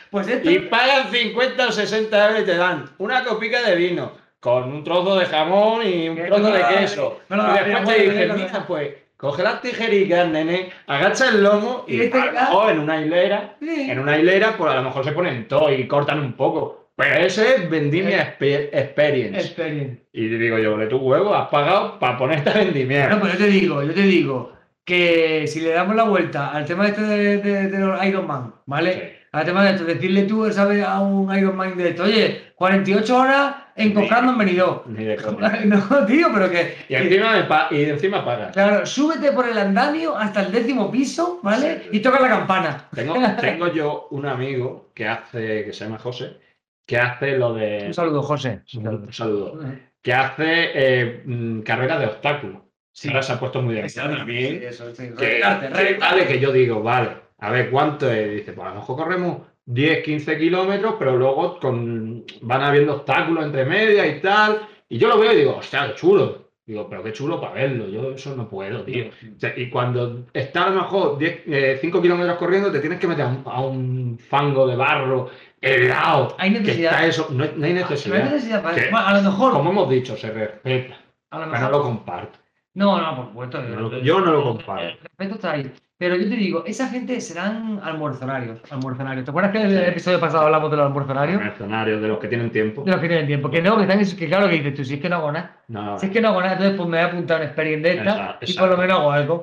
Speaker 2: Pues esto.
Speaker 3: Y pagan 50 o 60 euros y te dan una copica de vino con un trozo de jamón y un
Speaker 2: Que
Speaker 3: trozo
Speaker 2: no
Speaker 3: de
Speaker 2: la-
Speaker 3: queso.
Speaker 2: no la-
Speaker 3: y después
Speaker 2: mira,
Speaker 3: te
Speaker 2: bueno,
Speaker 3: dicen,
Speaker 2: mira,
Speaker 3: mira,
Speaker 2: mira".
Speaker 3: pues, coge las tijericas, nene, agacha el lomo
Speaker 2: Y
Speaker 3: y,
Speaker 2: este
Speaker 3: a lo
Speaker 2: ya-
Speaker 3: mejor en una hilera
Speaker 2: Sí.
Speaker 3: en una hilera, pues a lo mejor se ponen todo y cortan un poco. Pero ese es
Speaker 2: Eh.
Speaker 3: vendimia Exper- experience.
Speaker 2: Experience.
Speaker 3: Y digo yo, le tu huevo, has pagado para poner esta vendimia.
Speaker 2: No, pero yo te digo, yo te digo que si le damos la vuelta al tema este de, de- de los Iron Man, ¿vale?
Speaker 3: Sí.
Speaker 2: Además, decirle tú, ¿sabes? A un Iron Man de esto, oye, 48 horas encontrando en Benidorm.
Speaker 3: Ni de coña.
Speaker 2: No, tío, pero que.
Speaker 3: Y encima, me pa- y encima paga.
Speaker 2: Claro, súbete por el andamio hasta el décimo piso, ¿vale? Y toca la campana.
Speaker 3: Tengo, tengo yo un amigo que hace, que se llama José, que hace lo de.
Speaker 2: Un saludo, José.
Speaker 3: Un saludo. Que hace eh, mm, carreras de obstáculos.
Speaker 2: Sí.
Speaker 3: Ahora se ha puesto muy de moda
Speaker 2: Sí,
Speaker 3: también.
Speaker 2: eso, sí.
Speaker 3: Que,
Speaker 2: Recarte,
Speaker 3: que-
Speaker 2: recarte.
Speaker 3: vale, que yo digo, vale, a ver cuánto es. Dice, pues a lo mejor corremos 10, 15 kilómetros, pero luego con, van habiendo obstáculos entre medias y tal. Y yo lo veo y digo, hostia, qué chulo. Digo, pero qué chulo para verlo. Yo eso no puedo, tío. O sea, y cuando está a lo mejor 10, eh, 5 kilómetros corriendo, te tienes que meter a un, a un fango de barro helado.
Speaker 2: Hay
Speaker 3: Que está
Speaker 2: necesidad.
Speaker 3: eso, no, hay- no Ah, hay
Speaker 2: No hay
Speaker 3: necesidad.
Speaker 2: necesidad para
Speaker 3: Que-
Speaker 2: Bueno, A lo mejor.
Speaker 3: Como hemos dicho, se respeta,
Speaker 2: A lo
Speaker 3: pero no
Speaker 2: mejor-
Speaker 3: lo comparto.
Speaker 2: No, no, por supuesto.
Speaker 3: No lo- yo no lo comparo.
Speaker 2: El respeto está ahí. Pero yo te digo, esa gente serán almorzonarios. almorzonarios. ¿Te acuerdas que en el
Speaker 3: Sí.
Speaker 2: episodio pasado hablamos de los almorzonarios?
Speaker 3: Mercenarios, de los que tienen tiempo.
Speaker 2: De los que tienen tiempo. Que no, que están. en su- Que claro que dices tú, si es que no hago nada.
Speaker 3: No, no,
Speaker 2: Si es que no hago nada, entonces pues me voy a apuntar a una experiencia de esta
Speaker 3: Exacto,
Speaker 2: y por lo
Speaker 3: exacto.
Speaker 2: menos hago algo.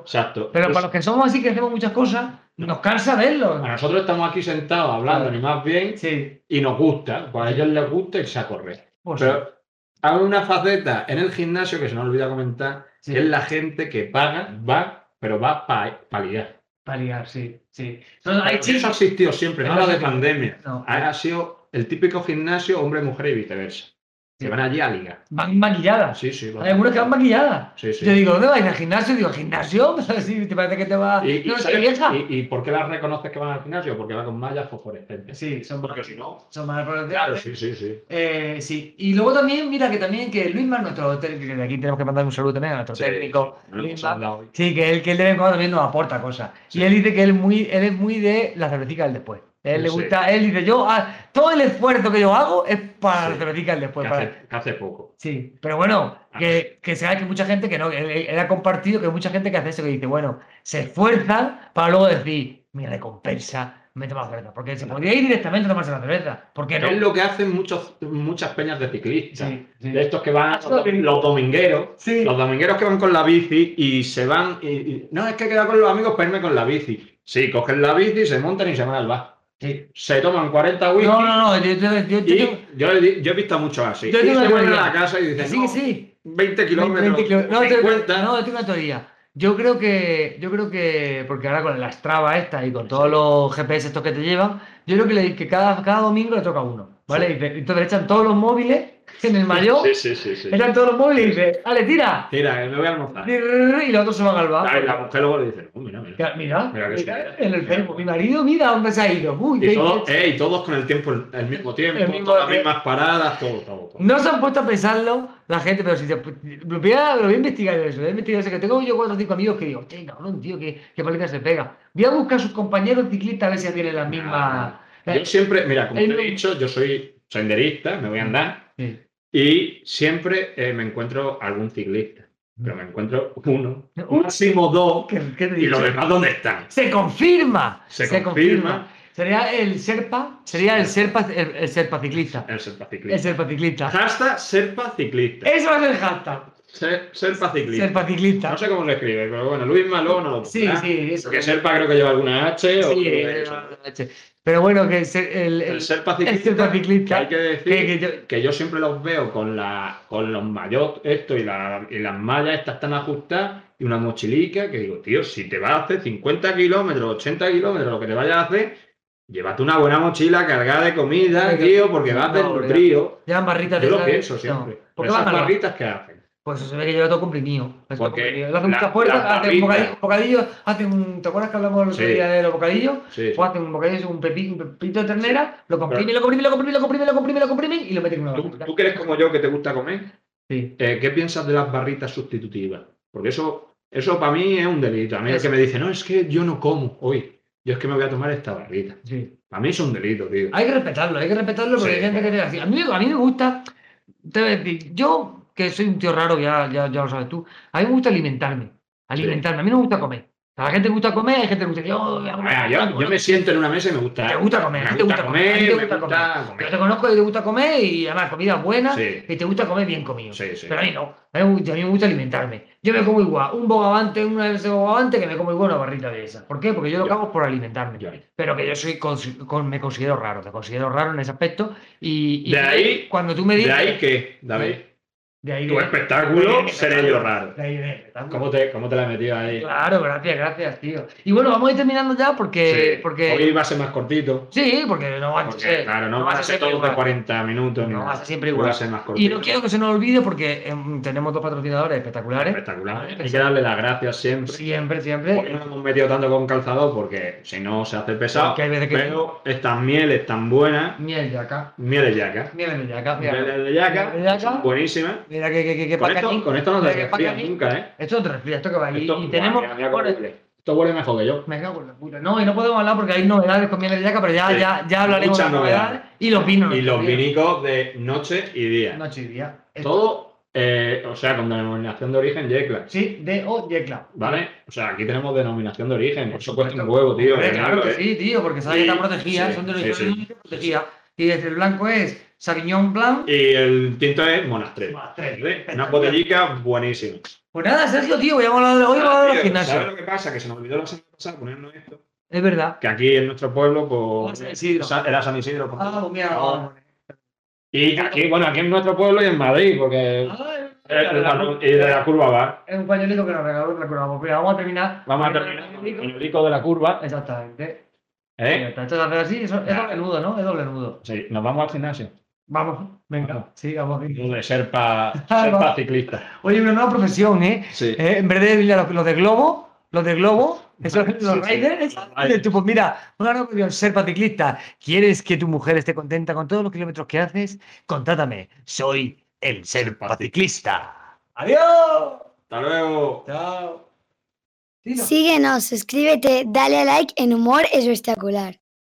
Speaker 2: Pero
Speaker 3: Exacto. Pues, Ah.
Speaker 2: para los que somos así, que hacemos muchas cosas, nos cansa verlo.
Speaker 3: a nosotros estamos aquí sentados hablando,
Speaker 2: Claro.
Speaker 3: ni más bien,
Speaker 2: Sí.
Speaker 3: y nos gusta. Pues a ellos les gusta y se correr.
Speaker 2: Pues
Speaker 3: Pero hay una faceta en el gimnasio que se nos olvida comentar,
Speaker 2: Sí.
Speaker 3: que es la gente que paga, va, pero va para ligar.
Speaker 2: Para ligar, sí. sí. Entonces, hay
Speaker 3: Pero Eso ha
Speaker 2: chicos.
Speaker 3: existido siempre, no
Speaker 2: Eso
Speaker 3: hablo de
Speaker 2: sí.
Speaker 3: pandemia.
Speaker 2: No.
Speaker 3: Ha ha sido el típico gimnasio hombre, mujer y viceversa.
Speaker 2: Sí.
Speaker 3: Que van allí a ligar.
Speaker 2: Van maquilladas.
Speaker 3: Sí, sí. va.
Speaker 2: Hay algunos que van maquilladas.
Speaker 3: Sí, sí.
Speaker 2: Yo digo, ¿dónde vais? ¿Al gimnasio? Digo, ¿gimnasio? Sí, ¿Te parece que te va.?
Speaker 3: ¿Y, y
Speaker 2: no, soy
Speaker 3: sabes-
Speaker 2: vieja.
Speaker 3: y- y por qué las reconoces que van al gimnasio? Porque va con mallas fosforescentes.
Speaker 2: Sí, son
Speaker 3: Porque si no.
Speaker 2: Son más
Speaker 3: Claro, sí, sí, sí.
Speaker 2: Eh, sí, y luego también, mira que también que Luis Mar, nuestro hotel, que de aquí tenemos que mandar un saludo también a nuestro técnico.
Speaker 3: No lo
Speaker 2: Luis
Speaker 3: hemos
Speaker 2: Mar.
Speaker 3: hablado hoy.
Speaker 2: Sí, que él, que él de vez en cuando también nos aporta cosas.
Speaker 3: Sí.
Speaker 2: Y él dice que él, muy, él es muy de la cervecita del después. Él le
Speaker 3: Sí.
Speaker 2: gusta, él dice, yo, ah, todo el esfuerzo que yo hago es para la
Speaker 3: Sí.
Speaker 2: cervecita del después.
Speaker 3: que,
Speaker 2: para-
Speaker 3: hace, que hace poco.
Speaker 2: Sí, pero bueno,
Speaker 3: Ah.
Speaker 2: que, que se que mucha gente que no, él, él- él ha compartido que hay mucha gente que hace eso, que dice, bueno, se esfuerzan para luego decir, mi recompensa, me he tomado cerveza. Porque se podría ir directamente a tomarse la cerveza. ¿Por qué no?
Speaker 3: Es lo que hacen muchos, muchas peñas de ciclistas.
Speaker 2: Sí, sí.
Speaker 3: De estos que van,
Speaker 2: Ah, sí.
Speaker 3: los domingueros,
Speaker 2: Sí.
Speaker 3: los domingueros que van con la bici y se van. Y, y- no, es que he quedado con los amigos para irme con la bici. Sí, cogen la bici, se montan y se van al bar.
Speaker 2: Sí.
Speaker 3: Se toman 40 whisky.
Speaker 2: No, no, no, yo, yo- yo- yo-
Speaker 3: Y
Speaker 2: yo-
Speaker 3: yo, he, di- yo he visto muchos así.
Speaker 2: Yo
Speaker 3: y
Speaker 2: tengo
Speaker 3: se
Speaker 2: una
Speaker 3: vuelven a
Speaker 2: teoría.
Speaker 3: la casa y dicen,
Speaker 2: sí,
Speaker 3: no,
Speaker 2: sí.
Speaker 3: 20 kilómetros,
Speaker 2: 20 kilómetros. No, yo-
Speaker 3: 50.
Speaker 2: no, yo tengo una teoría. Yo creo que, yo creo que, porque ahora con la Strava esta y con todos
Speaker 3: Sí.
Speaker 2: los GPS estos que te llevan, yo creo que, le- que cada, cada domingo le toca uno, ¿vale?
Speaker 3: Sí.
Speaker 2: Y te- entonces le echan todos los móviles en el mayor,
Speaker 3: Sí, sí, sí. sí.
Speaker 2: echan todos los móviles y dice, ¡ale, tira!
Speaker 3: Mira, que me voy a almorzar.
Speaker 2: Y los otros se van al bar.
Speaker 3: Ah, y la mujer luego le dice, "Oh, mira, mira".
Speaker 2: pues. Ya, Mira,
Speaker 3: Mira que
Speaker 2: mira,
Speaker 3: sí.
Speaker 2: en el Facebook, mi marido, mira dónde se ha ido. Uy,
Speaker 3: Y
Speaker 2: qué-
Speaker 3: todos, eh, y todos con el tiempo, el mismo tiempo,
Speaker 2: El mismo
Speaker 3: todas las
Speaker 2: tiempo.
Speaker 3: mismas paradas, todo, todo. todo.
Speaker 2: No se han puesto a pensarlo la gente, pero si se, lo, voy a, lo voy a investigar eso, lo voy a investigar eso, que tengo yo cuatro o cinco amigos que digo, che, cabrón, tío, que, que paliza se pega. Voy a buscar a sus compañeros ciclistas a ver si tienen las mismas.
Speaker 3: Ah, Yo siempre, mira, como
Speaker 2: eh, El
Speaker 3: te he
Speaker 2: mismo-
Speaker 3: dicho, yo soy senderista, me voy a andar
Speaker 2: Sí.
Speaker 3: y siempre eh, me encuentro algún ciclista, pero me encuentro uno,
Speaker 2: Un-
Speaker 3: máximo dos,
Speaker 2: ¿Qué- qué te
Speaker 3: y
Speaker 2: digo?
Speaker 3: los demás, ¿dónde están?
Speaker 2: Se confirma.
Speaker 3: Se confirma.
Speaker 2: Sería el Serpa, sería el Serpa, el, el Serpa ciclista.
Speaker 3: El serpa
Speaker 2: El
Speaker 3: ciclista.
Speaker 2: Serpa ciclista.
Speaker 3: Hashtag serpa ciclista.
Speaker 2: Eso va a ser el hashtag.
Speaker 3: Se- Serpa ciclista.
Speaker 2: Eh, Serpa ciclista.
Speaker 3: No sé cómo se escribe, pero bueno, Luis Malón no lo
Speaker 2: Sí,
Speaker 3: pondrá.
Speaker 2: sí, eso.
Speaker 3: Porque Serpa creo que lleva alguna H o...
Speaker 2: Sí, eh, pero bueno, que se- el,
Speaker 3: el
Speaker 2: el-
Speaker 3: Serpa
Speaker 2: el Serpa
Speaker 3: ciclista, que
Speaker 2: ciclista.
Speaker 3: hay que decir
Speaker 2: Eh, este que- que yo-
Speaker 3: que yo siempre los veo con la con los mayots esto y, la- y las mallas estas tan ajustadas y una mochilica que digo, tío, si te vas a hacer 50 kilómetros, 80 kilómetros, lo que te vayas a hacer, llévate una buena mochila cargada de comida,
Speaker 2: Venga.
Speaker 3: tío, porque vas
Speaker 2: No,
Speaker 3: desnutrido.
Speaker 2: Llevan barritas
Speaker 3: Yo
Speaker 2: de
Speaker 3: lo
Speaker 2: esas-
Speaker 3: pienso
Speaker 2: no.
Speaker 3: siempre.
Speaker 2: ¿Por qué
Speaker 3: Esas
Speaker 2: van a barritas?
Speaker 3: barritas que hacen.
Speaker 2: Pues se ve que lleva todo comprimido. Es todo
Speaker 3: Porque
Speaker 2: comprimido. Le hacen
Speaker 3: la-
Speaker 2: muchas fuerzas,
Speaker 3: las
Speaker 2: hacen bocadillos,
Speaker 3: barritas-
Speaker 2: bocadillos, hacen un- ¿Te acuerdas que hablamos el otro
Speaker 3: Sí.
Speaker 2: día de los bocadillos?
Speaker 3: Sí, sí.
Speaker 2: Pues hacen un bocadillo, un pepi- un pepito de ternera, lo comprimen,
Speaker 3: Pero-
Speaker 2: lo comprimen, lo comprimen, lo comprimen, lo comprimen, lo comprimen y lo meten en una
Speaker 3: ¿Tú,
Speaker 2: barrita.
Speaker 3: tú que eres como yo que te gusta comer,
Speaker 2: Sí.
Speaker 3: eh, ¿qué piensas de las barritas sustitutivas? Porque eso, eso para mí es un delito. A mí el
Speaker 2: Eso.
Speaker 3: que me dice, no, es que yo no como hoy, yo es que me voy a tomar esta barrita.
Speaker 2: Sí.
Speaker 3: Para mí es un delito, tío.
Speaker 2: Hay que respetarlo, hay que respetarlo porque
Speaker 3: Sí.
Speaker 2: hay gente que tiene así. A mí, a mí me gusta, te voy a decir, yo que soy un tío raro, ya, ya, ya lo sabes tú, a mí me gusta alimentarme, alimentarme, a mí no me gusta comer. A la gente le gusta comer, hay gente que le gusta. Yo, voy a comer
Speaker 3: Ah, yo,
Speaker 2: taco,
Speaker 3: yo me siento en una mesa y me gusta.
Speaker 2: Te gusta comer, a
Speaker 3: me
Speaker 2: ti te gusta comer, a ti te
Speaker 3: me
Speaker 2: gusta
Speaker 3: gusta
Speaker 2: Yo
Speaker 3: comer.
Speaker 2: te conozco y te gusta comer y además comida buena
Speaker 3: Sí.
Speaker 2: y te gusta comer bien comido.
Speaker 3: Sí, sí.
Speaker 2: Pero a mí no, a mí, me gusta- a mí me gusta alimentarme. Yo me como igual un bogavante, una vez de bogavante, que me como igual una barrita de esas. ¿Por qué? Porque yo lo que
Speaker 3: Ya.
Speaker 2: hago es por alimentarme.
Speaker 3: Ya.
Speaker 2: Pero que yo soy cons- con- me considero raro, me considero raro en ese aspecto. Y, y
Speaker 3: De ahí-
Speaker 2: cuando tú me
Speaker 3: ¿De
Speaker 2: dices...
Speaker 3: ahí qué, David?
Speaker 2: de ahí
Speaker 3: Tu
Speaker 2: de- de ahí
Speaker 3: espectáculo
Speaker 2: de-
Speaker 3: seré yo raro.
Speaker 2: de ahí de- espectáculo.
Speaker 3: ¿Cómo te, cómo te la he metido ahí?
Speaker 2: Claro, gracias, gracias, tío. Y bueno, vamos a ir terminando ya porque...
Speaker 3: Sí.
Speaker 2: eh, porque...
Speaker 3: Hoy va a ser más cortito.
Speaker 2: Sí, porque no vas a
Speaker 3: Porque,
Speaker 2: ser-
Speaker 3: claro, no,
Speaker 2: no
Speaker 3: van a ser
Speaker 2: siempre
Speaker 3: todos de
Speaker 2: igual.
Speaker 3: 40 minutos. ni
Speaker 2: No
Speaker 3: nada.
Speaker 2: va a ser siempre
Speaker 3: Hoy
Speaker 2: igual.
Speaker 3: Va a ser más cortito.
Speaker 2: Y no quiero que se nos olvide porque em, tenemos dos patrocinadores espectaculares.
Speaker 3: Espectacular.
Speaker 2: Vale,
Speaker 3: Hay que darle las gracias siempre.
Speaker 2: Siempre,
Speaker 3: Porque
Speaker 2: siempre.
Speaker 3: Pues no nos hemos metido tanto con calzador porque si no se hace pesado.
Speaker 2: Que hay veces que-
Speaker 3: Pero estas mieles tan buenas,
Speaker 2: Miel de acá.
Speaker 3: mieles yacas.
Speaker 2: Miel de acá. Mira,
Speaker 3: Mieles de yaca,
Speaker 2: Mieles de yaca.
Speaker 3: son buenísimas.
Speaker 2: mira que, que, que, que
Speaker 3: Con
Speaker 2: pa'
Speaker 3: esto,
Speaker 2: aquí.
Speaker 3: con esto no
Speaker 2: Mira
Speaker 3: te
Speaker 2: que pa'
Speaker 3: resfrías
Speaker 2: aquí.
Speaker 3: nunca, ¿eh?
Speaker 2: Esto no te resfría, esto que va aquí.
Speaker 3: Esto,
Speaker 2: Y tenemos.
Speaker 3: Guau, mira cómo
Speaker 2: bueno,
Speaker 3: huele. Esto huele mejor que yo.
Speaker 2: me cago en la puta. No, y no podemos hablar porque hay novedades con miel de yaca, pero ya,
Speaker 3: Sí.
Speaker 2: ya, ya hablaremos de las
Speaker 3: Muchas novedades.
Speaker 2: novedades. Y los vinos.
Speaker 3: Y los
Speaker 2: también.
Speaker 3: vinicos de noche y día.
Speaker 2: Noche y día.
Speaker 3: Todo, eh, o sea, con denominación de origen Yecla.
Speaker 2: Sí, de O Yecla.
Speaker 3: ¿Vale? O sea, aquí tenemos denominación de origen. Por eso cuesta un huevo, tío.
Speaker 2: Hombre,
Speaker 3: ganarlo,
Speaker 2: claro que
Speaker 3: ¿eh?
Speaker 2: sí, tío, porque sabes que
Speaker 3: Sí,
Speaker 2: está protegida,
Speaker 3: sí,
Speaker 2: son de los
Speaker 3: sí, sí.
Speaker 2: vinos que protegida. Y el blanco es Sauvignon Blanc.
Speaker 3: Y el tinto es Monastrell. ¿eh? Una botellica buenísima.
Speaker 2: Pues nada, Sergio, tío, voy a hablar de hoy, voy a hablar de los
Speaker 3: Tío, ¿Sabes
Speaker 2: gimnasios.
Speaker 3: lo que pasa? Que se nos olvidó la semana pasada ponernos esto.
Speaker 2: Es verdad.
Speaker 3: Que aquí en nuestro pueblo, pues.
Speaker 2: San Isidro.
Speaker 3: Sa- Era San Isidro. por
Speaker 2: Ah,
Speaker 3: favor.
Speaker 2: pues mira,
Speaker 3: No.
Speaker 2: vamos.
Speaker 3: Y que aquí, bueno, aquí en nuestro pueblo y en Madrid, porque.
Speaker 2: Ah,
Speaker 3: eh, la- y de la curva va.
Speaker 2: Es un pañuelito que nos regaló el recordamos. Pero vamos a terminar.
Speaker 3: Vamos a terminar con el periódico de la curva.
Speaker 2: Exactamente.
Speaker 3: ¿eh?
Speaker 2: Esto es hacer así, eso- es doble nudo, ¿no? Es doble nudo.
Speaker 3: Sí, nos vamos al gimnasio.
Speaker 2: Vamos, venga,
Speaker 3: Vamos.
Speaker 2: sí, vamos.
Speaker 3: Lo de Sherpa,
Speaker 2: Ah,
Speaker 3: Sherpa
Speaker 2: va.
Speaker 3: ciclista.
Speaker 2: Oye, una nueva profesión, ¿eh?
Speaker 3: Sí.
Speaker 2: Eh, en vez de mira, los, los de globo, los de globo, esos,
Speaker 3: Ah, Sí,
Speaker 2: los
Speaker 3: sí,
Speaker 2: riders,
Speaker 3: los
Speaker 2: esos,
Speaker 3: riders.
Speaker 2: tú, pues mira, una nueva opción, ser paticlista. ¿Quieres que tu mujer esté contenta con todos los kilómetros que haces? Contrátame, soy el ser paticlista. ¡Adiós!
Speaker 3: Hasta luego.
Speaker 2: ¡Chao! Sí, no.
Speaker 4: Síguenos, suscríbete, dale a like en Humor es Espectacular.